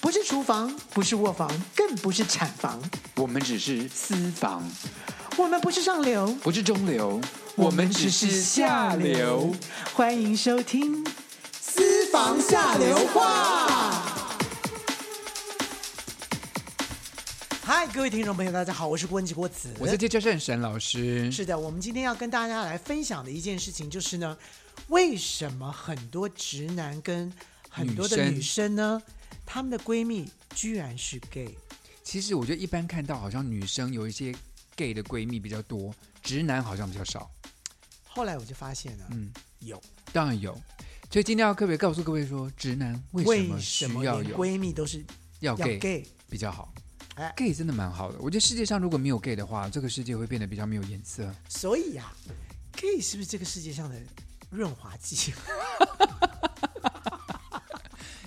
不是厨房，不是卧房，更不是产房，我们只是私房，我们不是上流，不是中流，我们只是下流。。欢迎收听《私房下流话。嗨，各位听众朋友，大家好，我是郭文吉郭子，我是接教圣神老师，是的，我们今天要跟大家来分享的一件事情就是呢，为什么很多直男跟很多的女生女生呢，她们的闺蜜居然是 gay？其实我觉得一般看到好像女生有一些 gay 的闺蜜比较多，直男好像比较少。后来我就发现了，嗯，有当然有，所以今天要特别告诉各位说，直男为什么什需么要连有闺蜜都是要要 gay gay？比较好哎？gay 真的蛮好的，我觉得世界上如果没有 gay 的话，这个世界会变得比较没有颜色。所以啊，gay 是不是这个世界上的润滑剂？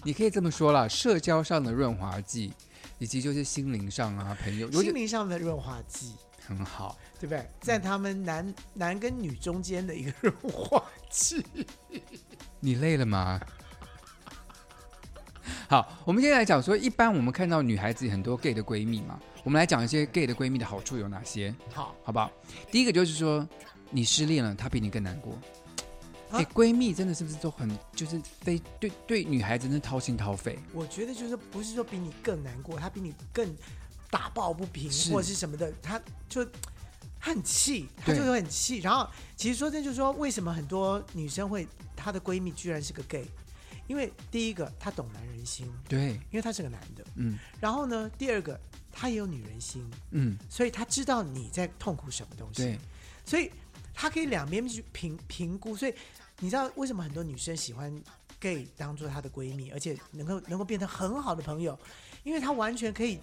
你可以这么说啦，社交上的润滑剂，以及就是心灵上啊，朋友，我觉心得灵上的润滑剂，很好。对不对？在他们男男跟女中间的一个润滑剂。你累了吗？ 好，我们现在来讲说，一般我们看到女孩子很多 gay 的闺蜜嘛，我们来讲一些 gay 的闺蜜的好处有哪些，好，好不好？第一个就是说，你失恋了，她比你更难过。啊哎、闺蜜真的是不是都很就是非对对女孩子真的掏心掏肺？我觉得就是不是说比你更难过，他比你更打抱不平是或者是什么的，他就他很气，他对就会很气。然后其实说真的就是说，为什么很多女生会她的闺蜜居然是个 gay？因为第一个她懂男人心，对，因为她是个男的。嗯然后呢，第二个她也有女人心，嗯，所以她知道你在痛苦什么东西对。，所以他可以两边去评评估。所以你知道为什么很多女生喜欢 gay 当做她的闺蜜，而且能够能够变成很好的朋友，因为她完全可以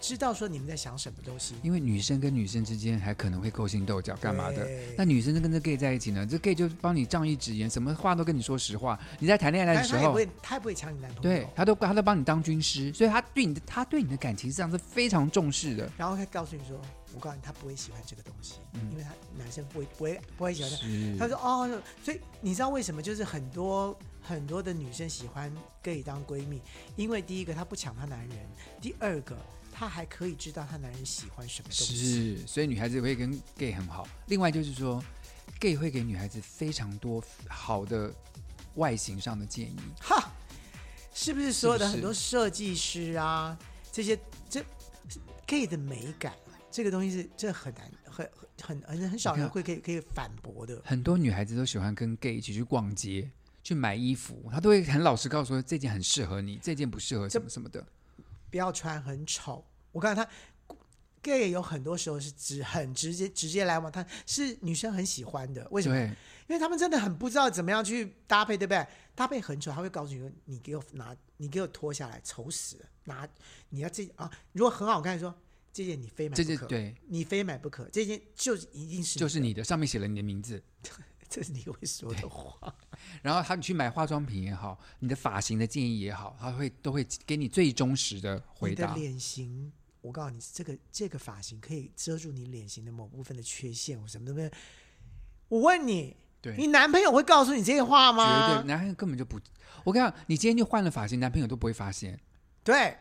知道说你们在想什么东西。因为女生跟女生之间还可能会勾心斗角干嘛的对，那女生就跟这 gay 在一起呢，这 gay 就帮你仗义直言，什么话都跟你说实话。你在谈恋爱但是的时哎她也不候，会，她也不会抢你男朋对友。他都他都帮你当军师，所以他对你的他对你的感情实际上是非常重视的。然后他告诉你说：“我告诉你，她不会喜欢这个东西，嗯因为她男生不会不会不会喜欢她。”他说：“哦，所以你知道为什么？就是很多很多的女生喜欢 gay 当闺蜜，因为第一个她不抢她男人，第二个她还可以知道她男人喜欢什么东西。是，所以女孩子会跟 gay 很好。另外就是说，gay 会给女孩子非常多好的外形上的建议。哈，是不是所有的是不是很多设计师啊，这些这 gay 的美感，啊这个东西是这很难很很很很少人你看会可以可以反驳的。很多女孩子都喜欢跟 gay 一起去逛街。去买衣服，她都会很老实告诉说这件很适合你，这件不适合什么什么的。不要穿很丑。我告诉他，gay 有很多时候是直很直接直接来往，他是女生很喜欢的。为什么？对，因为他们真的很不知道怎么样去搭配，对不对？搭配很丑，他会告诉你说：“你给我拿，你给我脱下来，丑死了！拿你要这啊，如果很好看，说这件你非买这不件可，对你非买不可，这件就是一定是就是你你的，上面写了你的名字。的，这是你会说的话。然后他你去买化妆品也好，你的发型的建议也好，他会都会给你最忠实的回你的答。脸型，我告诉你，这个这个发型可以遮住你脸型的某部分的缺陷，我什么都没有。我问你，对，你绝男朋友会告诉你这些话对，吗？男朋友根本就不，我跟你讲，你今天就换了发型，男朋友都不会发现，对，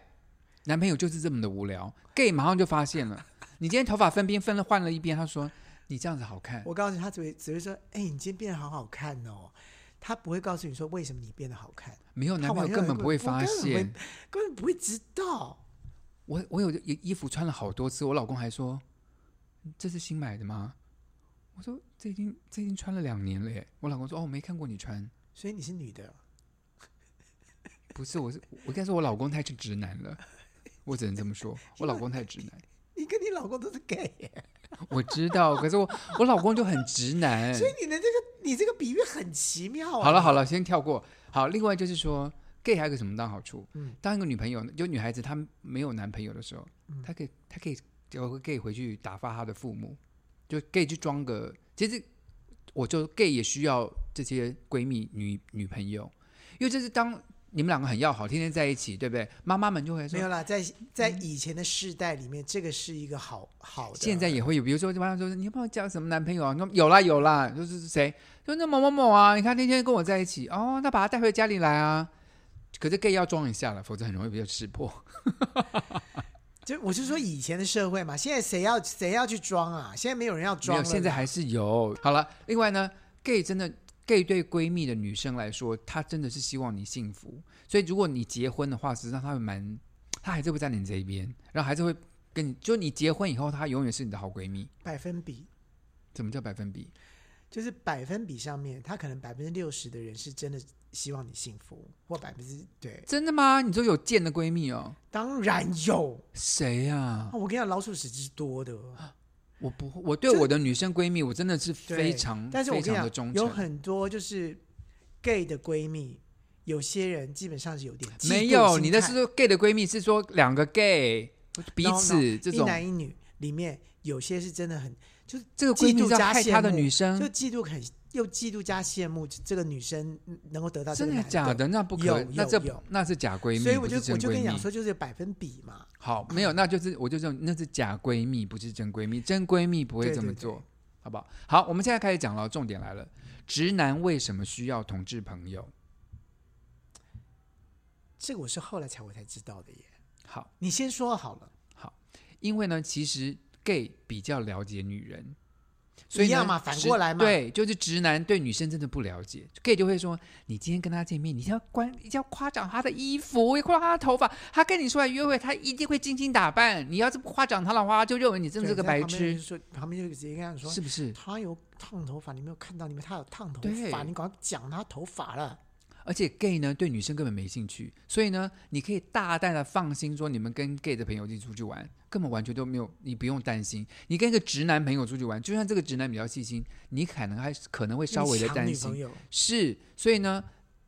男朋友就是这么的无聊，gay 马上就发现 了。你今天头发分边分了换了一边，他说你这样子好看，我告诉你，他只会只会说：“哎、你今天变得好好看哦。”他不会告诉你说为什么你变得好看，没有男朋友根本不会发现。，根本不会知道。我我有有衣服穿了好多次，我老公还说这是新买的吗？我说这已经这已经穿了两年了耶。我老公说哦，我没看过你穿。所以你是女的，不是，我是我该说，我老公太是直男了，我只能这么说，我老公太直男。你跟你老公都是 gay，耶我知道，可是我我老公就很直男。所以你的这个你这个比喻很奇妙啊。嗯好了好了，先跳过。好，另外就是说，gay 还有个什么当好处？嗯当一个女朋友，就女孩子她没有男朋友的时候，嗯她可以她可以叫个 gay 回去打发她的父母，就 gay 去装个。其实我就 gay 也需要这些闺蜜女女朋友，因为这是当你们两个很要好，天天在一起，对不对？妈妈们就会说没有啦，在嗯在以前的世代里面，这个是一个好好的。现在也会有，比如说晚上说你有没有交什么男朋友啊？那有啦有啦，就是谁，就那某某某啊，你看那天跟我在一起哦，那把他带回家里来啊，可是 gay 要装一下了，否则很容易被识破。就我就说以前的社会嘛，现在谁要谁要去装啊？现在没有人要没装有，了。现在还是有。好了，另外呢，gay 真的 gay 对闺蜜的女生来说，她真的是希望你幸福。所以如果你结婚的话，实际上她会蛮，她还是会站在你这一边，然后还是会跟你，就你结婚以后，她永远是你的好闺蜜。百分比怎么叫百分比？就是百分比上面，他可能百分之六十的人是真的希望你幸福，或百分之对，真的吗？你说有贱的闺蜜哦？当然有。谁呀、啊我跟你讲，老鼠屎之多的。我不会，我对我的女生闺蜜，我真的是对非常但是我非跟常的你忠讲，有诚。很多就是 gay 的闺蜜，有些人基本上是有点嫉妒没有，心你那态是说 gay 的闺蜜，是说两个 gay 彼 No, no，此这一种，男一女里面有些是真的很就是这个闺嫉蜜妒是要加害羡她的慕女生就，嫉妒很又嫉妒加羡慕这个女生能够得到这个真的男假的？那不可有，那这有有那是假闺蜜，所以我不就是真我就跟闺你讲蜜。说，就是有百分比嘛，好，没有，那就是我就这种，那是假闺蜜，不是真闺蜜。真闺蜜不会对这对么对做，好不好？好，我们现在开始讲了，重点来了，直男为什么需要同志朋友？这个我是后来才我才知道的耶。好，你先说好了，因为呢，其实 gay 比较了解女人，所以一样呢嘛反直过来嘛对，就是直男对女生真的不了解，gay 就会说，你今天跟他见面，你一定要关，一定要夸奖他的衣服，要夸奖他的头发，他跟你出来约会，他一定会精心打扮。你要是不夸奖他的话，就认为你真的是对个在白旁边就痴，说旁边就直接跟他说，是不是？他有烫头发，你没有看到，你们他有烫头对发，你赶快讲他头发了。而且 gay 呢对女生根本没兴趣，所以呢，你可以大胆的放心说，你们跟 gay 的朋友一起出去玩，根本完全都没有，你不用担心。你跟一个直男朋友出去玩，就算这个直男比较细心，你可能还可能会稍微的抢担女朋心。友，是，所以呢，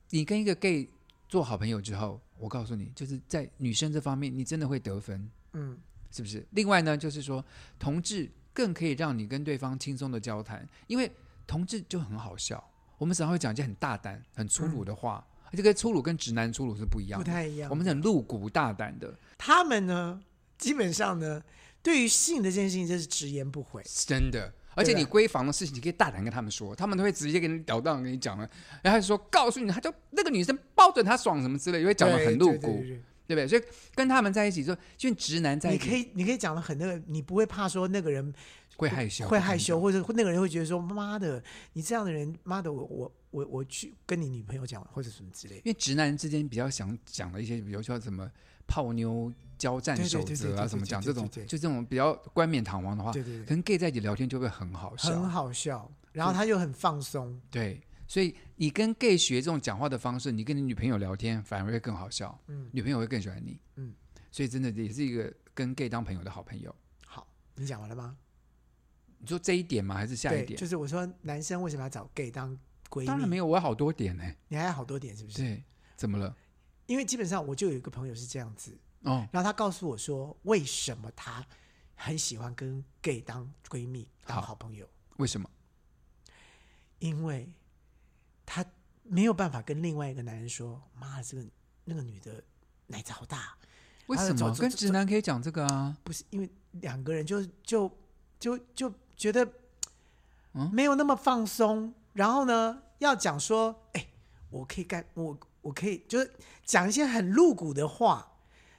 你跟一个 gay 做好朋友之后，我告诉你，就是在女生这方面，你真的会得分，嗯，是不是？另外呢，就是说同志更可以让你跟对方轻松的交谈，因为同志就很好笑。我们常常会讲一些很大胆、很粗鲁的话，这个粗鲁跟直男粗鲁是不一嗯样不的。太一样。我们很露骨、大胆的，他们呢，基本上呢，对于性的这件事情，真是直言不讳。是真的。而且对啊你闺房的事情，你可以大胆跟他们说，他们都会直接跟你了当地跟你讲了，然后就说告诉你，他就那个女生抱准他爽什么之类，也会讲的对很露对对骨对。对对不对？所以跟他们在一起就，就因为直男在一你可起以，你可以讲的很那个，你不会怕说那个人会害羞，会害羞，。或者那个人会觉得说妈的，你这样的人，妈的，我我我我去跟你女朋友讲，或者什么之类的。因为直男之间比较想讲的一些，比如说什么泡妞交战对对守对对则啊，对什么对讲对这对种，对就这种比较冠冕堂皇的话，对对对，跟 gay 在一起聊天就会很好很笑。好笑。然后他就很放松，对，所以你跟 gay 学这种讲话的方式，你跟你女朋友聊天反而会更好笑，嗯女朋友会更喜欢你，嗯，所以真的也是一个跟 gay 当朋友的好朋友。好，你讲完了吗？你说这一点吗？还是下一对，点就？是我说男生为什么要找 gay 当闺蜜？当然没有，我有好多点呢、你还有好多点是不是？对，怎么了？因为基本上我就有一个朋友是这样子，哦，然后她告诉我说，为什么她很喜欢跟 gay 当闺蜜、当好好朋友，为什么？因为她没有办法跟另外一个男人说：“妈的，这个那个女的奶子好大。啊为他什就走么走跟走直走男可以讲这个啊”？不是因为两个人就就就就觉得嗯没有那么放松，然后呢，要讲说：“哎，我可以干，我我可以就是讲一些很露骨的话。”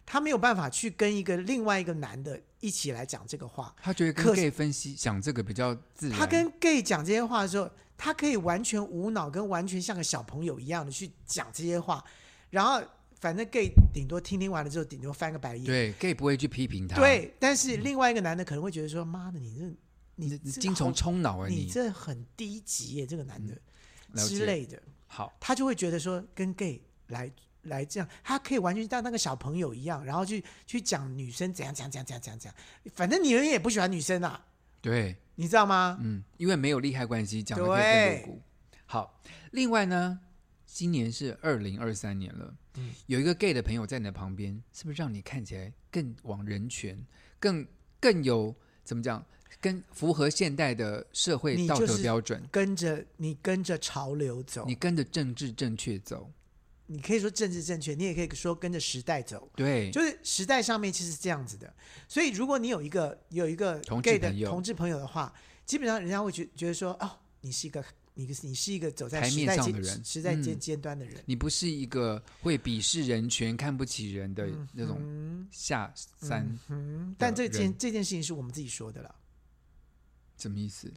她没有办法去跟一个另外一个男的一起来讲这个话，他觉得跟可是 gay 分析讲这个比较自然。他跟 gay 讲这些话的时候，他可以完全无脑，跟完全像个小朋友一样的去讲这些话，然后反正 gay 顶多听听完了之后，顶多翻个白眼。对 gay 不会去批评他，，嗯对但是另外一个男的可能会觉得说：“妈的，你这你你你这精虫好充脑啊你你。嗯这很低级耶，这个男的、了解之类的。好”，他就会觉得说，跟 gay 来来这样，他可以完全像那个小朋友一样，然后去去讲女生怎样怎样怎样怎样怎样怎样，反正你们也不喜欢女生啊，对，你知道吗？嗯，因为没有利害关系，讲的可以更对露骨。好，另外呢，今年是二零二三年了，嗯有一个 gay 的朋友在你的旁边，是不是让你看起来更往人权，更更有怎么讲，更符合现代的社会你道就德是标准？跟着你跟着潮流走，你跟着政治正确走，你可以说政治正确，你也可以说跟着时代走，对，就是时代上面其实是这样子的。所以如果你有一个有一个同志 gay 的朋友同志朋友的话，基本上人家会觉觉得说，哦，你是一个你是你是一个走在台时面代上尖的人时代尖嗯尖端的人，你不是一个会鄙视人权、看不起人的那种嗯下三，嗯哼但这件人这件事情是我们自己说的了。什么意思？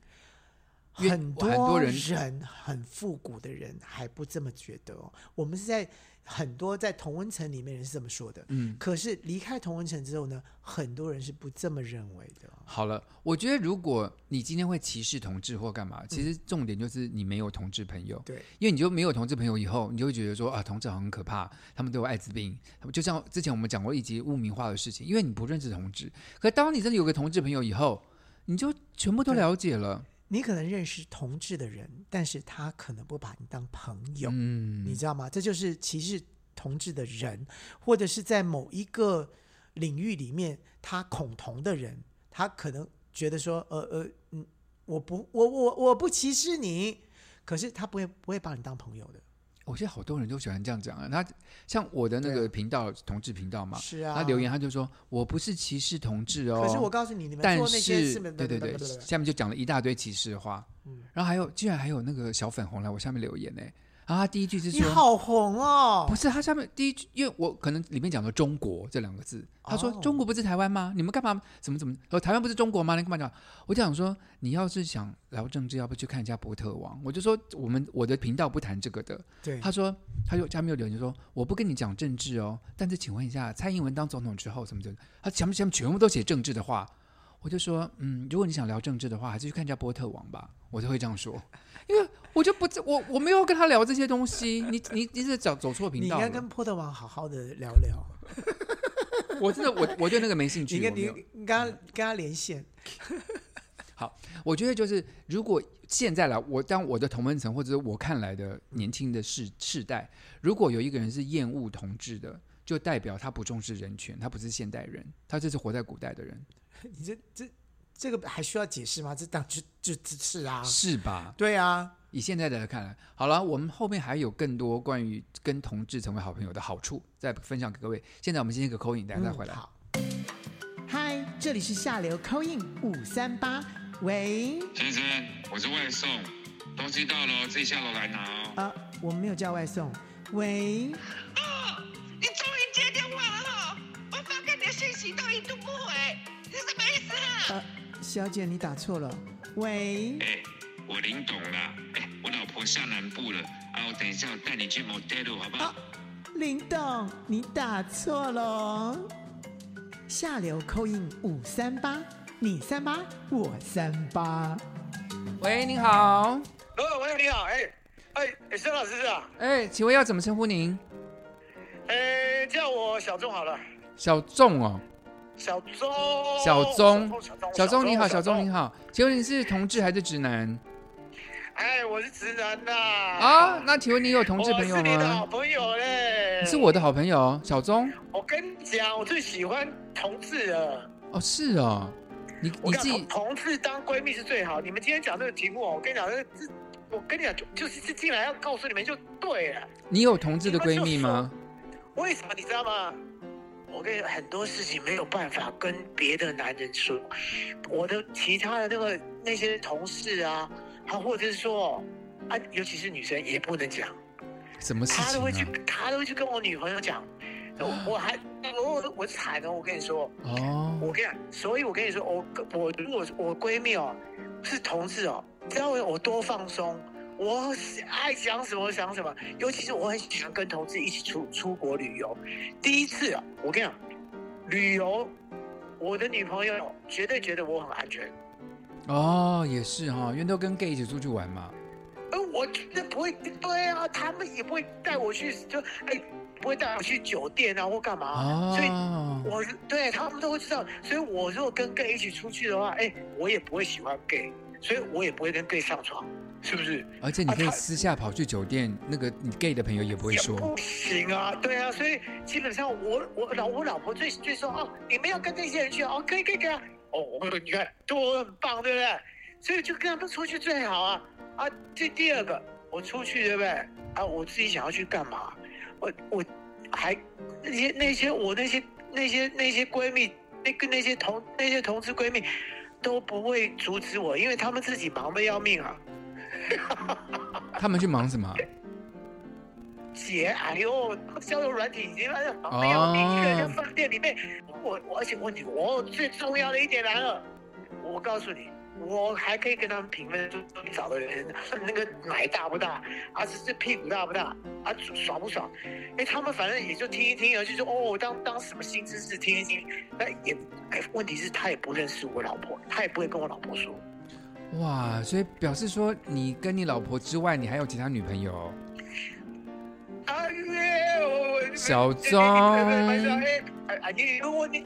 因为很很多人人很复古的人还不这么觉得哦。我们是在很多在同温层里面人是这么说的，嗯，可是离开同温层之后呢，很多人是不这么认为的哦。好了，我觉得如果你今天会歧视同志或干嘛，其实重点就是你没有同志朋友，嗯对，因为你就没有同志朋友以后，你就会觉得说啊，同志好像很可怕，他们都有艾滋病，他们就像之前我们讲过一集污名化的事情，因为你不认识同志，可当你真的有个同志朋友以后，你就全部都对了解了，你可能认识同志的人，但是他可能不把你当朋友，嗯，你知道吗？这就是歧视同志的人，或者是在某一个领域里面他恐同的人，他可能觉得说，呃呃，嗯，我不，我我我不歧视你，可是他不会不会把你当朋友的，我现在好多人都喜欢这样讲啊。他像我的那对啊个频道，同志频道嘛，是啊，他留言。他就说我不是歧视同志哦，可是我告诉你，你们但做那些是事，对对对，下面就讲了一大堆歧视的话，嗯然后还有居然还有那个小粉红来我下面留言呢、然后他第一句是你说。好红哦，不是，他下面第一句，因为我可能里面讲了“中国”这两个字，他说哦：“中国不是台湾吗？你们干嘛？怎么怎么？呃，台湾不是中国吗？你干嘛讲？”我就想说，你要是想聊政治，要不去看一下《伯特王》？我就说，我们我的频道不谈这个的，对，他说，他就下面有留言就说，我不跟你讲政治哦，但是请问一下，蔡英文当总统之后怎么怎么，他前面前面全部都写政治的话，我就说，嗯，如果你想聊政治的话，还是去看一下波特王吧，我就会这样说， 因为我就不知我我没有跟他聊这些东西，你你你是走走错你频应道该了，跟波特王好好的聊聊，我真的我我对那个没兴你趣，应该我没你有。你跟他跟他连线，我觉得就是，如果现在来，我当我的同温层或者是我看来的年轻的世世代，如果有一个人是厌恶同志的，就代表他不重视人权，他不是现代人，他这是活在古代的人，你这这这个还需要解释吗？这当就就就是啊，是吧？对啊，以现在的来看来，好了，我们后面还有更多关于跟同志成为好朋友的好处，再分享给各位。现在我们先一个口音，等一下再回来。嗯好，嗨，这里是下流 c i n 五三八，喂，先生，我是外送，东西到了自己下楼来拿哦。呃，我们没有叫外送，喂，哦，你终于接电话了哈、我发给你的信息都一度不回，你什么意思啊？呃，小姐你打错了，喂哎、，我林董啦，哎、我老婆下南部了，啊，我等一下我带你去 motel 好不好？林董你打错了哦，下流 c i n 五三八，你三八我三八，喂，您好，罗总朋友你好，哎哎，哎，孙老师啊，哎，请问要怎么称呼您？哎，叫我小钟好了，小仲哦，小钟，小钟哦小钟钟你好，小钟你，好，请问你是同志还是直男？哎，我是直男呐，啊，那请问你有同志朋友我哦是你的好吗？朋友嘞，你是，我的好朋友小钟。我跟你讲，我最喜欢同志了，哦，是哦，你我你跟自你己讲，同同志当闺蜜是最好。你们今天讲这个题目哦，我跟你讲，这这我跟你讲，就就是这进来要告诉你们就对了。你有同志的闺蜜吗？为什么你知道吗？我跟你很多事情没有办法跟别的男人说，我的其他的那个那些同事啊，啊，或者是说啊，尤其是女生也不能讲，什么事她都情会去啊？，她都会去跟我女朋友讲，我我还我我惨了，我跟你说，哦，我跟你讲，所以我跟你说，我我如果我闺蜜哦是同志哦，你知道我多放松，我爱想什么想什么，尤其是我很喜欢跟同志一起出出国旅游。第一次啊，我跟你讲，旅游，我的女朋友绝对觉得我很安全，哦，也是哈、因为都跟 gay 一起出去玩嘛。而我绝对不会对啊，他们也不会带我去就哎不会带我去酒店啊或干嘛、所以哦，我对他们都会知道，所以我如果跟 gay 一起出去的话，哎，我也不会喜欢 gay，所以我也不会跟 gay 上床，是不是？而且你可以啊他私下跑去酒店，那个你 gay 的朋友也不会也说不行啊，对啊，所以基本上我我老我老婆最最说哦，你们要跟那些人去哦，可以可以可以啊，哦，我你看对我很棒，对不对？所以就跟他们出去最好啊啊！这第二个，我出去对不对？啊，我自己想要去干嘛？我我还那些那些我那些那些那些闺蜜，那跟那些同那些同志闺蜜都不会阻止我，因为他们自己忙得要命啊。他们去忙什么？姐，哎呦，交友软体已经哎呀忙得要命，一个人在饭店里面，我我而且问你，我最重要的一点来了，我告诉你，我还可以跟他们评分，说你找的人 那个奶大不大，啊是这屁股大不大，啊爽不爽？哎，他们反正也就听一听，而且说哦，当当什么新知识听一听，那也哎，问题是他也不认识我老婆，他也不会跟我老婆说。哇，所以表示说你跟你老婆之外，你还有其他女朋友？啊耶！我小宗哎哎哎哎，你如果你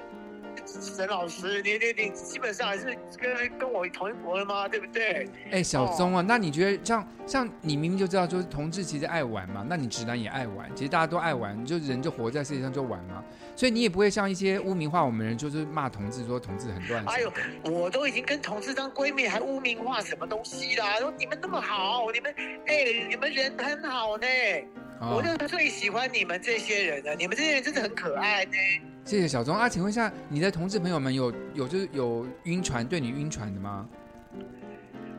沈老师，你你你基本上还是跟跟我同一国的嘛，对不对？哎、小哦宗啊，那你觉得像像你明明就知道，就是同志其实爱玩嘛，那你直男也爱玩，其实大家都爱玩，就人就活在世界上就玩嘛，所以你也不会像一些污名化我们人，就是骂同志说同志很乱。哎呦，我都已经跟同事当闺蜜，还污名化什么东西啦？说你们那么好，你们哎，你们人很好呢，哦我就最喜欢你们这些人了，你们这些人真的很可爱呢。谢谢小钟啊，请问一下，你的同志朋友们有有就是有晕船对你晕船的吗？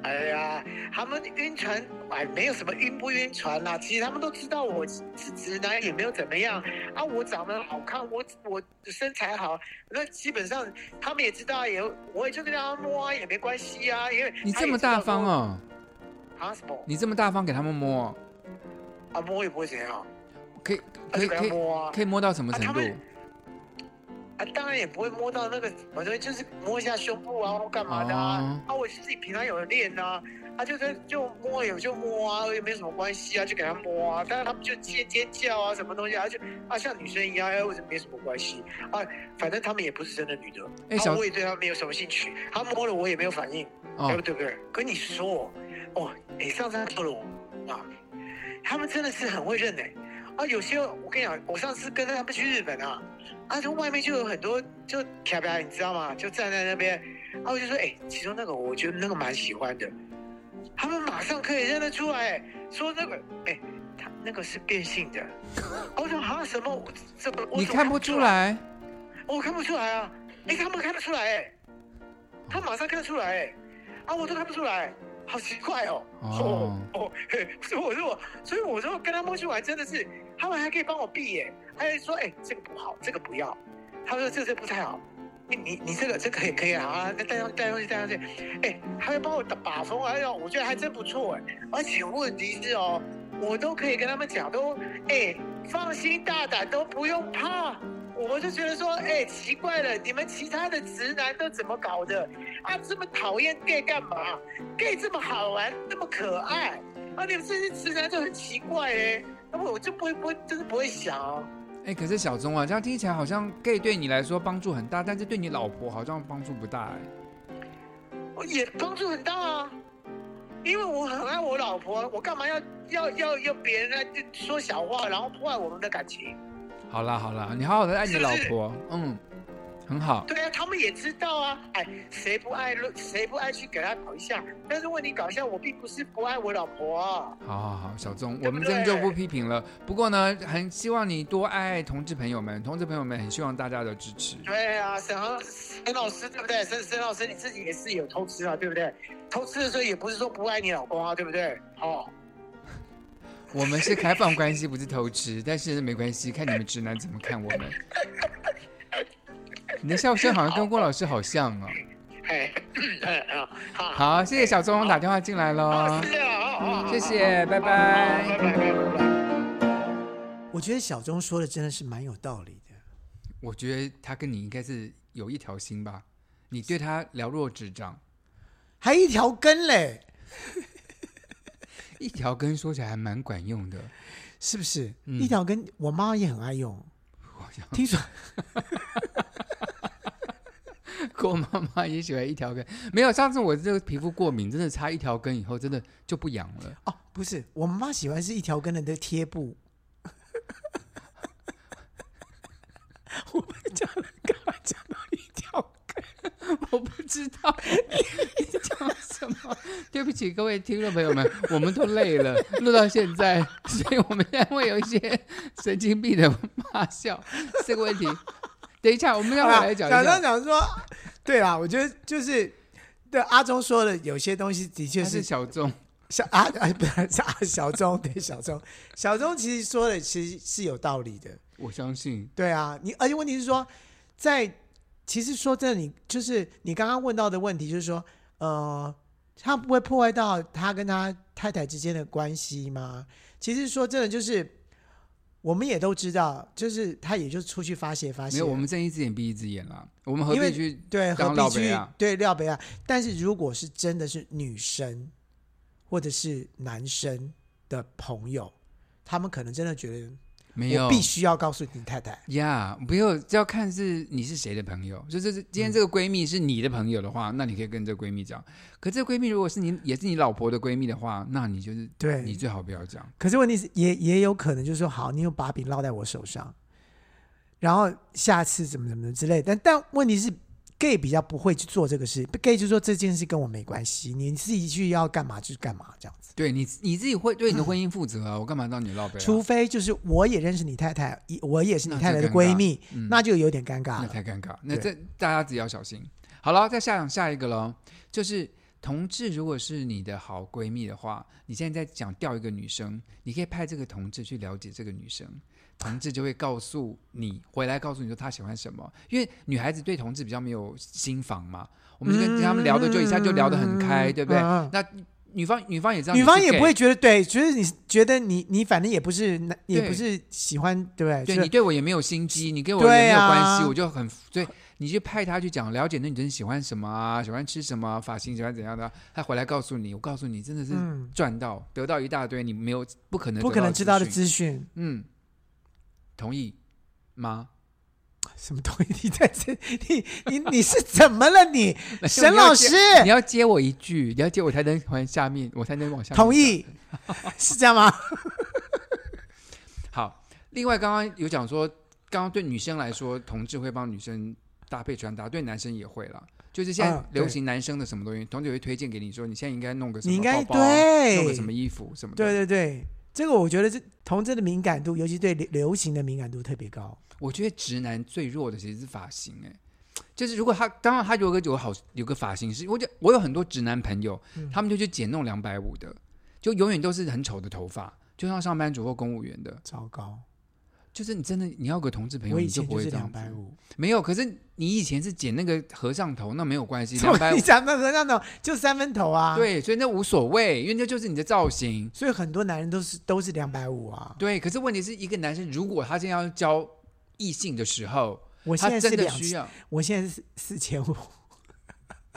哎呀，他们晕船，哎，没有什么晕不晕船啦、其实他们都知道我是直男，也没有怎么样啊。我长得好看，我我身材好，那基本上他们也知道，也我也就跟他摸啊，也没关系啊。因为你这么大方啊？哦，啊什么？你这么大方给他们摸，哦啊摸也不会怎样，可以啊可以就给可他以摸啊。可以摸到什么程度？啊啊，当然也不会摸到那个什么东西，就是摸一下胸部啊，或干嘛的啊。哦啊，我自己平常有练啊，啊，就是就摸有就摸啊，也没什么关系啊，就给他摸啊。但是他们就尖尖叫啊，什么东西啊，就啊像女生一样，哎，为什么没什么关系啊？反正他们也不是真的女的，哎啊小我也对他没有什么兴趣，他摸了我也没有反应，对哦不，对？对不对？跟你说，哦，你上次救了我啊，他们真的是很会认的、啊，有些我跟你讲，我上次跟他们去日本啊，啊，从外面就有很多就卡卡，你知道吗？就站在那边，啊，我就说，哎、其中那个我觉得那个蛮喜欢的，他们马上可以认得出来、说那个，哎、他那个是变性的，啊我说啊什么？我这个我你怎么看不出来，我看不出来啊！哎、他们看得出来、哎，他马上看得出来、哎，啊，我都看不出来，好奇怪哦！哦哦， 嘿所以我说，所以我说跟他摸去玩真的是，他们还可以帮我避耶、还有说，哎、这个不好，这个不要，他说这这不太好，你你你这个这个也可以啊，啊，那带上带上去带上去，哎、还会帮我打把风，哎呦，我觉得还真不错哎、而且问题是哦，我都可以跟他们讲，都哎、放心大胆，都不用怕。我就觉得说，哎、奇怪了，你们其他的直男都怎么搞的？啊，这么讨厌 gay 干嘛？gay 这么好玩，那么可爱，啊，你们这些直男就很奇怪哎、那么我就不会不会，就是不会想、哦。哎、可是小钟啊，这样听起来好像 gay 对你来说帮助很大，但是对你老婆好像帮助不大哎、我也帮助很大啊，因为我很爱我老婆，啊我干嘛要要要要别人来说小话，然后破坏我们的感情？好啦好啦，你好好的爱你是不老是婆，嗯，很好。对啊，他们也知道啊，哎，谁不爱谁不爱去给他搞一下？但是问题搞一下，我并不是不爱我老婆、啊。好好好，小钟，对我不们这边就对不批评了。不过呢，很希望你多爱爱同志朋友们，同志朋友们很希望大家的支 持。对啊，沈航沈老师对不对？沈沈老师你自己也是有偷吃啊，对不对？偷吃的时候也不是说不爱你老公啊，对不对？哦，我们是开放关系，不是偷吃，但是没关系，看你们直男怎么看我们。你的笑声好像跟郭老师好像哦。 哎，嗯好，好，谢谢小钟打电话进来喽好，，谢谢啊，好好好谢谢，拜拜。好拜拜拜拜。我觉得小钟说的真的是蛮有道理的。我觉得他跟你应该是有一条心吧，你对他了若指掌，还一条根嘞，一条根说起来还蛮管用的。是不是？嗯一条根，我妈也很爱用。听说 郭妈妈也喜欢一条根，没有上次我这个皮肤过敏，真的擦一条根以后，真的就不痒了。 哦，不是，我妈喜欢是一条根的那个贴布。我们讲了，干嘛讲到一条根？我不知道 你讲什么，对不起各位听众朋友们，我们都累了，录到现在，所以我们现在会有一些神经病的发笑这个问题。 等一下，我们要好回啦来讲讲一到下。讲说，对啦，我觉得就是对阿忠说的，有些东西的确他是是小众，小啊啊，不是小啊小钟，对小钟，小钟其实说的其实是有道理的。我相信对啊，你而且问题是说，在其实说真的你，就是你刚刚问到的问题，就是说，呃，他不会破坏到他跟他太太之间的关系吗？其实说真的，就是我们也都知道，就是他也就出去发泄发泄没了，有，我们睁一只眼闭一只眼啦。我们何啊因为必去对何当必老北去啊？对廖北亚？但是如果是真的是女生或者是男生的朋友，他们可能真的觉得没有我，必须要告诉你太太。呀不要，这要看是你是谁的朋友。就是今天这个闺蜜是你的朋友的嗯话，那你可以跟这个闺蜜讲。可这个闺蜜如果是你也是你老婆的闺蜜的话，那你就是对你最好不要讲。可是问题是，也也有可能就是说，好，你有把柄落在我手上，然后下次怎么怎么之类但但问题是，gay 比较不会去做这个事，gay 就说这件事跟我没关系，你自己去要干嘛就干嘛这样子。对你你自己会对你的婚姻负责啊！我干嘛让你老北、啊？除非就是我也认识你太太，一我也是你那太就太的尴闺尬蜜，那就有点尴尬那了。太尴尬。那对这大家自己要小心。好了，再下讲下一个喽，就是同志，如果是你的好闺蜜的话，你现在在讲钓一个女生，你可以派这个同志去了解这个女生，同志就会告诉你，回来告诉你说他喜欢什么，因为女孩子对同志比较没有心防嘛，我们就跟他们聊的就一下就聊得很开，对不对？嗯嗯嗯那女方女方也知道你女是方也 gay 不会觉得对，觉得你觉得你你反正也不是男也对不是喜欢对不对？对就你对我也没有心机，你跟我也对没有关啊系，我就很对，你就派他去讲，了解那女生喜欢什么啊，喜欢吃什么啊、发型喜欢怎样的啊，他回来告诉你，我告诉你，真的是嗯赚到、得到一大堆你没有不可能不可能知道的资讯，资讯，嗯，同意吗？ 什么东西？你在这， 你你你是怎么了你？沈老师你要接我一句，你要接我才能往下面，我才能往下面同意是这样吗？好，另外刚刚有讲说，刚刚对女生来说，同志会帮女生搭配穿搭，对男生也会啦。就是现在啊对流行男生的什么东西，同志会推荐给你说，你现在应该弄个什么你应该包包啊对弄个什么衣服什么的。对对对，这个我觉得这同志的敏感度，尤其对流流行的敏感度特别高。我觉得直男最弱的其实是发型、欸，就是如果他当然他有个有个好有个发型是，我就我有很多直男朋友，嗯他们就去剪那种两百五的，就永远都是很丑的头发，就像上班族或公务员的，糟糕，就是你真的你要有个同志朋友，我以你就前不就会是这样两子。百五，没有，可是你以前是剪那个和尚头，那没有关系，怎两么百你咱们和尚头就三分头啊？，对，所以那无所谓，因为那就是你的造型。所以很多男人都是都是两百五啊。对，可是问题是一个男生，如果他现在要交异性的时候，我现他在真是的两，需要我现在是四千五，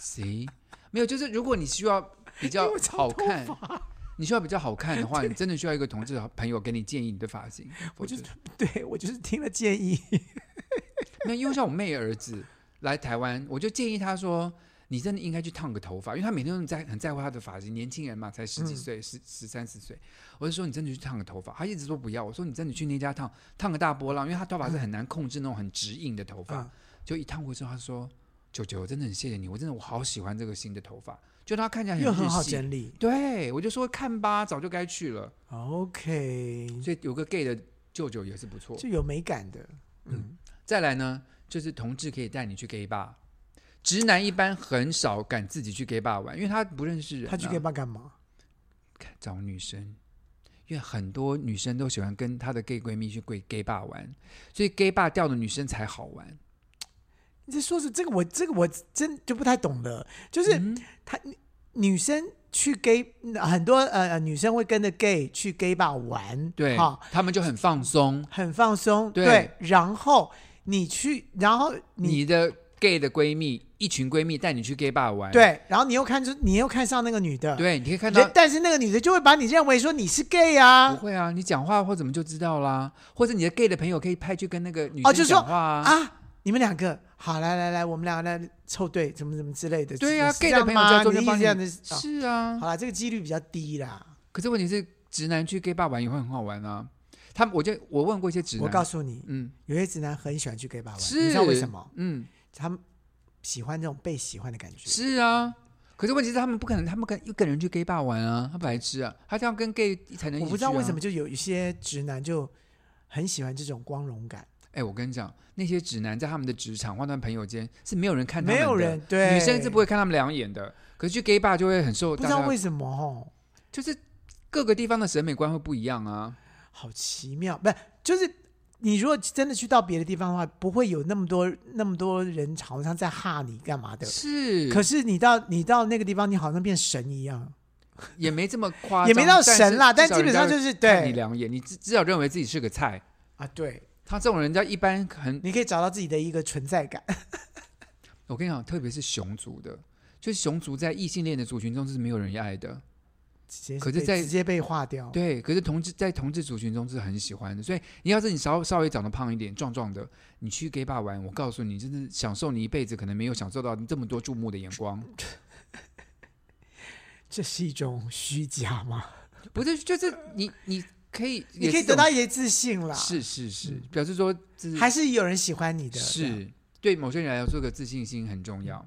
谁？没有，就是如果你需要 比较好看， 你需要比较好看的话，你真的需要一个同志朋友给你建议你的发型。我否就则是，对我就是听了建议，那因为像我妹儿子来台湾，我就建议他说，你真的应该去烫个头发，因为他每天都很在很在乎他的发型，年轻人嘛，才十嗯几岁，十十三四岁。我就说你真的去烫个头发，他一直说不要。我说你真的去那家烫，烫个大波浪，因为他头发是很难控制那种很直硬的头发。嗯就一烫过之后，他说：“九九，我真的很谢谢你，我真的我好喜欢这个新的头发，就他看起来又很很哎日好系。整理。对，我就说看吧，早就该去了。 OK，所以有个 gay 的舅舅也是不错。就有美感的。嗯再来呢，就是同志可以带你去 gay bar，直男一般很少敢自己去 gay bar 玩，因为他不认识人啊、他去 gay bar 干嘛？找女生，因为很多女生都喜欢跟她的 gay 闺蜜去 gay gay bar 玩，所以 gay bar 掉的女生才好玩。你这说是这个我这个我真就不太懂了，就是嗯他、女生去 gay 很多呃呃女生会跟着 gay 去 gay bar 玩，对哈，，他们就很放松。很放松，对然后你去，然后你你的 gay 的闺蜜，一群闺蜜带你去 gay bar 玩，对，然后你又看出你又看上那个女的，，对，你可以看到人。但是那个女的就会把你认为说你是 gay 啊不，会啊，你讲话或怎么就知道啦，或者你的 gay 的朋友可以派去跟那个女哦，生就说讲话啊，啊，你们两个好，来来来，我们两个来凑对，怎么怎么之类的，对呀、呀、 g a y 的朋友在吗？中你间一帮直你这样的，哦是啊，好啦，这个几率比较低啦。可是问题是，直男去 gay 爸玩也会很好玩啊。他们，我就我问过一些直男，我告诉你，嗯，有些直男很喜欢去 gay 吧玩，是，你知道为什么？嗯，他们喜欢这种被喜欢的感觉。是啊。可是问题是，他们不可能，他们跟一个人去 gay 爸玩啊，他白痴啊，他这样跟 gay 才能一起去啊、我不知道为什么就有一些直男就很喜欢这种光荣感，哎、我跟你讲，那些直男在他们的职场、换段朋友间是没有人看他们没的，有人对女生是不会看他们两眼的。可是去 gay bar 就会很受不知大家，道为什么哦。就是各个地方的审美观会不一样啊。好奇妙，不是就是你如果真的去到别的地方的话，不会有那么多那么多人好像在哈你干嘛的。是，可是你到你到那个地方，你好像变神一样。也没这么夸张，也没到神啦但但基本上就是对看你两眼，你至至少认为自己是个菜。啊，对，他这种人家一般很，你可以找到自己的一个存在感。我跟你讲，特别是熊族的，就是熊族在异性恋的族群中是没有人爱的，直接可是被在直接被化掉，对。可是同志在同志族群中是很喜欢的，所以你要是你稍稍微长得胖一点、壮壮的，你去 gay 吧玩，我告诉你，就是享受你一辈子可能没有享受到这么多注目的眼 光，这是一种虚假吗？不是？就是你你可以，你嗯也可以是这得种到一些嗯自信啦，是是是，表示说这是还是有人喜欢你的，这样嗯是对某些人来说，这个自信心很重要。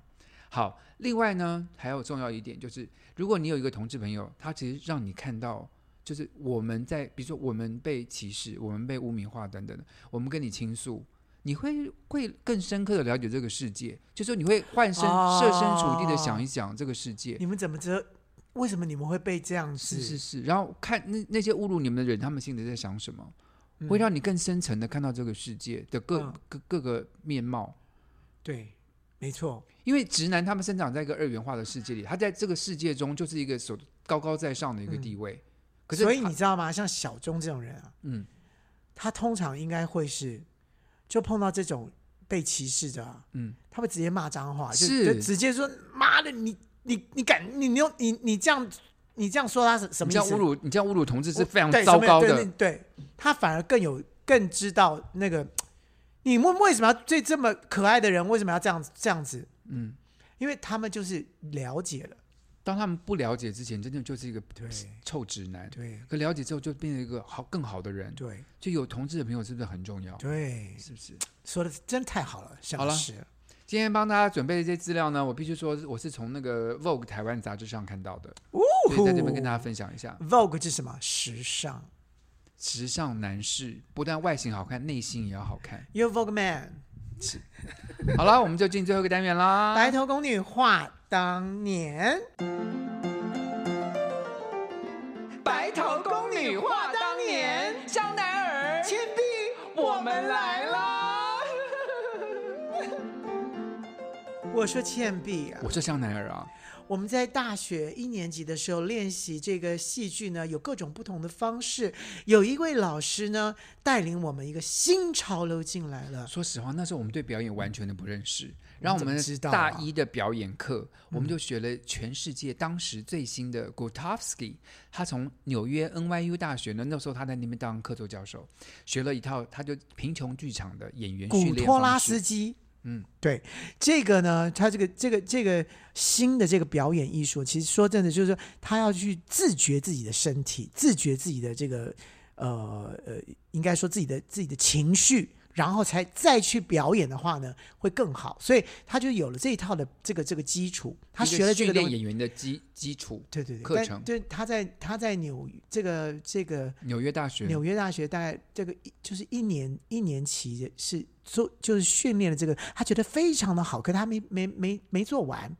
好，另外呢，还有重要一点就是，如果你有一个同志朋友，他其实让你看到，就是我们在，比如说我们被歧视，我们被污名化等等的，我们跟你倾诉，你会会更深刻的了解这个世界，就是你会换身哦设身处地的想一想这个世界你。们怎么知道？为什么你们会被这样子？是是是，然后看那那些侮辱你们的人，他们心里在想什么，会让你更深层的看到这个世界的各、嗯各各个面貌。对，没错，因为直男他们生长在一个二元化的世界里，他在这个世界中就是一个所高高在上的一个地位。可是嗯他，所以你知道吗？像小钟这种人啊，嗯，他通常应该会是，就碰到这种被歧视的、啊，嗯，他会直接骂脏话，就是就直接说妈的，你你你敢你你用你你这样你这样说他是什你么意这思？样侮辱，你这样侮辱同志是非常对糟糕什么意的思。对对对他反而更有更知道那个，你为为什么要对这么可爱的人为什么要这样子这样子？嗯，因为他们就是了解了，当他们不了解之前，真的就是一个对臭直男。对可了解之后，就变成一个好更好的人。对就有同志的朋友是不是很重要？对，是不是？说的真太好了，好像了是今天帮大家准备的这些资料呢，我必须说，我是从那个 Vogue 台湾杂志上看到的，所以在这边跟大家分享一下。 Vogue 是什么？时尚，时尚男士不但外形好看，内心也要好看。因为 Vogue Man 好了，我们就进最后一个单元啦。白头宫女话当年，白头宫女话当年，香奈儿、倩碧，我们来啦！ 我说倩碧啊我，是香奈儿啊，我们在大学一年级的时候练习这个戏剧呢，有各种不同的方式。有一位老师呢，带领我们一个新潮流进来了。说实话，那时候我们对表演完全的不认识。然后我怎么们知道啊嗯大一的表演课，我们就学了全世界当时最新的 Grotowski，他从纽约 NYU 大学呢，那时候他在那边当客座教授，学了一套，他就贫穷剧场的演员古训练托拉方斯式。基，嗯，对，这个呢，他这个这个这个新的这个表演艺术，其实说真的，就是说他要去自觉自己的身体，自觉自己的这个呃呃，应该说自己的自己的情绪。然后才再去表演的话呢，会更好。所以他就有了这一套的这个这个基础，他一个学了这训个东练西演员的基基础对对对，课但程对，他在他在纽这个这个纽约大学纽约大学大概这个一就是一年一年期的是做就是训练了这个，他觉得非常的好，可他没没没没做完。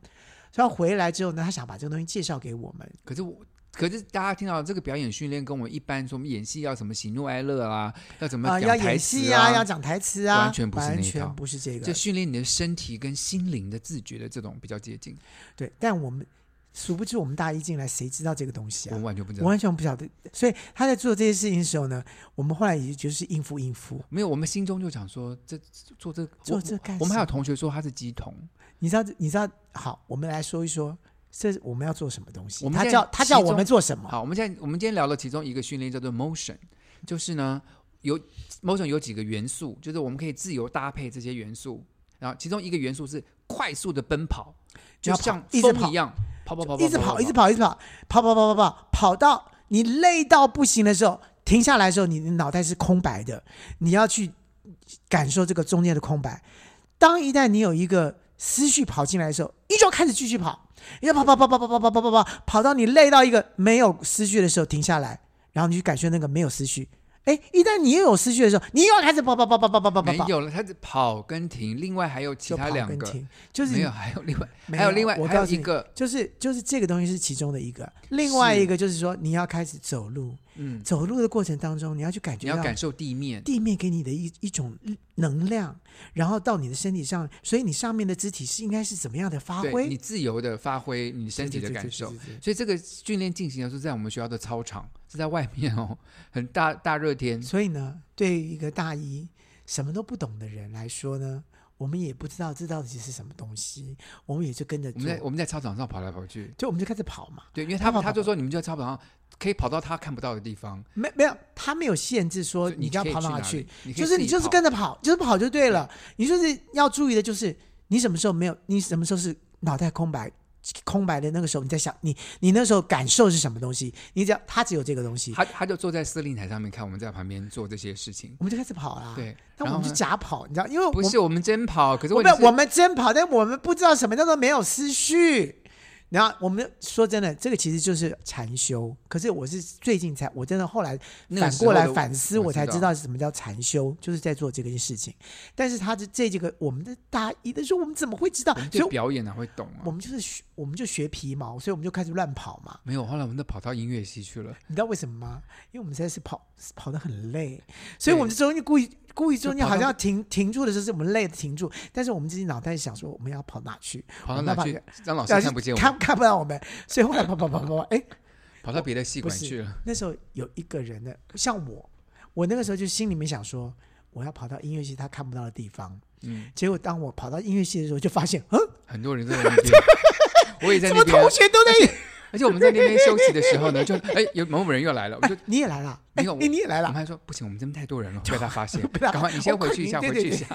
所以他回来之后呢，他想把这个东西介绍给我们。可是我，可是大家听到这个表演训练，跟我们一般说我们演戏要什么喜怒哀乐啊，要怎么啊、要讲台演词戏啊，要讲台词啊，完全不是那一完套全不是这个这。训练你的身体跟心灵的自觉的这种比较接近，对，但我们殊不知我们大一进来，谁知道这个东西我啊们？完全不知我道。完全不晓得。所以他在做这些事情的时候呢，我们后来也就是应付应付。没有，我们心中就想说，这做这做我这干我们还有什么同学说他是鸡童，你知道，你知道，好，我们来说一说，这我们要做什么东西？我们他现在叫他叫其中我们做什么？好，我们现在我们今天聊了其中一个训练叫做 motion，就是呢有 motion 有几个元素，就是我们可以自由搭配这些元素，然后其中一个元素是快速的奔跑，就要跑像一直风跑一样跑跑跑，一直跑，一直跑，一直跑，跑跑跑跑跑，跑到你累到不行的时候，停下来的时候，你的脑袋是空白的，你要去感受这个中间的空白。当一旦你有一个思绪跑进来的时候，依旧开始继续跑，要跑跑跑跑跑跑跑跑跑跑，跑到你累到一个没有思绪的时候停下来，然后你去感受那个没有思绪，哎，一旦你又有思绪的时候，你又要开始跑跑跑跑跑跑跑跑没跑，有了，他是跑跟停，另外还有其就他跑两跟个停，，就是没你有，还有另外没还有另外我还有告诉一你个，就是就是这个东西是其中的一个，另外是一个就是说你要开始走路，嗯，走路的过程当中，你要去感你觉要到感受地面，地面给你的一一种能量，然后到你的身体上，所以你上面的肢体是应该是怎么样的发对你挥？自由的发挥你身体对的对对感对受啊对对对。所以这个训练进行的时候，在我们学校的操场，是在外面哦，很大大热天，所以呢，对于一个大一什么都不懂的人来说呢，我们也不知道这到底是什么东西，我们也就跟着我做们，在我们在操场上跑来跑去，就我们就开始跑嘛。对，因为他们跑跑他就说你们就在操场上可以跑到他看不到的地方，没没有，他没有限制说所以你一定可以要跑去到哪哪里去你，可以就是自你己就是跑跟着跑，就是跑就对了。你就是要注意的就是你什么时候没有，你什么时候是脑袋空白。空白的那个时候，你在想你你那时候感受是什么东西？你只要他只有这个东西，他他就坐在司令台上面看我们在旁边做这些事情。我们就开始跑啦。对但然啊我们后是呢假跑，你知道，因为我不们是我们真跑，可是我问题们是我们真跑，但我们不知道什么叫做没有思绪。然后我们说真的，这个其实就是禅修。可是我是最近才，我真的后来那个反时过候来的反思，我我才知知道道是什么叫禅修，就是在做这个事情。但是他这这这个我们的大一的时候，我们怎么会知道？所对以表演哪会懂啊我？们就是学，我们就学皮毛，所以我们就开始乱跑嘛。没有，后来我们都跑到音乐系去了，你知道为什么吗？因为我们实在是跑跑得很累，所以对我们中间故意故意中间跑好像到要停停住的时候，是我们累的停住，但是我们自己脑袋想说我们要跑哪去，跑我到们哪要跑去？让老师老师看不见我看们，看不到我们，所以后来跑跑跑跑，跑，哎，跑到别的系不馆去是了。，那时候有一个人的，像我，我那个时候就心里面想说，我要跑到音乐系他看不到的地方。嗯，结果当我跑到音乐系的时候，就发现，嗯，很多人都在那 边，我也在怎那么边同。学都在？而且我们在那边休息的时候呢，就哎有某某人又来了，我们就哎，你也来了？没哎，有，哎你也来我了？们还说不行，我们这边太 多人了，被他发现，被他赶快你先回去一下，我快回点去一下。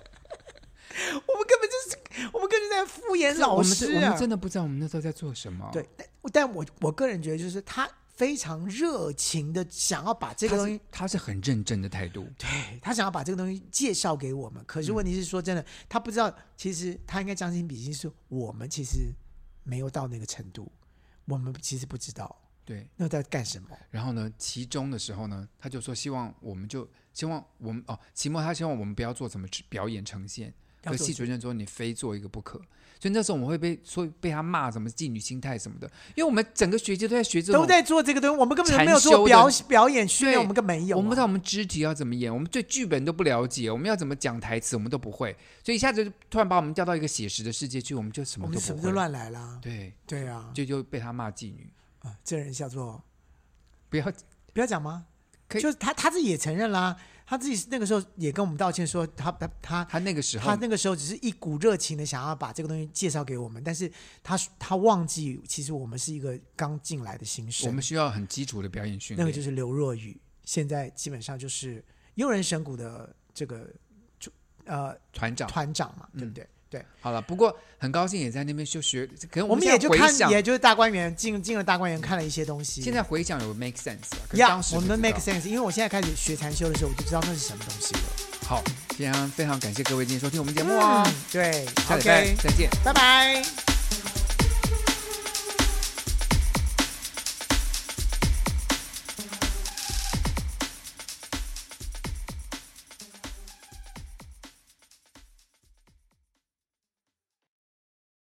我们根本就是，我们根本就在敷衍 我老们师真我啊们！真的不知道我们那时候在做什么。对，，但但我我个人觉得，就是他非常热情的想要把这个他东是哎西，他是很认真的态度，对他想要把这个东西介绍给我们。可是问题是，说真的，他不知道，其实他应该将心比心，是我们其实没有到那个程度，我们其实不知道对。那在干什么。然后呢，期中的时候呢，他就说希望我们就希望我们哦，期末他希望我们不要做什么表演呈现，要可做系什主任说你非做一个不可。所以那时候我们会被说被他骂什么妓女心态什么的，因为我们整个学期都在学这种都在做这个东西，我们根本就禅没有修做的表表演训对练，我们根本没有啊、我们不知道我们肢体要怎么演，我们对剧本都不了解，我们要怎么讲台词，我们都不会，所以一下子就突然把我们调到一个写实的世界去，我们就什我么们都什不么会。都乱来啦。对，对啊，就就被他骂妓女，啊，这人叫做不要不要讲吗？可以就是他他自己也承认啦，他自己那个时候也跟我们道歉说他他他他那个时他候那个时候只是一股热情的想要把这个东西介绍给我们，但是他他忘记其实我们是一个刚进来的新生，我们需要很基础的表演训那练，个就是刘若雨，现在基本上就是悠人神谷的这个主呃团长。团长嘛，嗯对不对？对，好了，不过很高兴也在那边就学，可能我们现在也就回看，想也就是大观园进进了大观园看了一些东西。现在回想有 make sense，啊可是呀当时我不们的知道 make sense，因为我现在开始学禅修的时候，我就知道那是什么东西了。好，非常非常感谢各位今天收听我们节目哦，对下礼拜嗯，OK，再见。拜拜。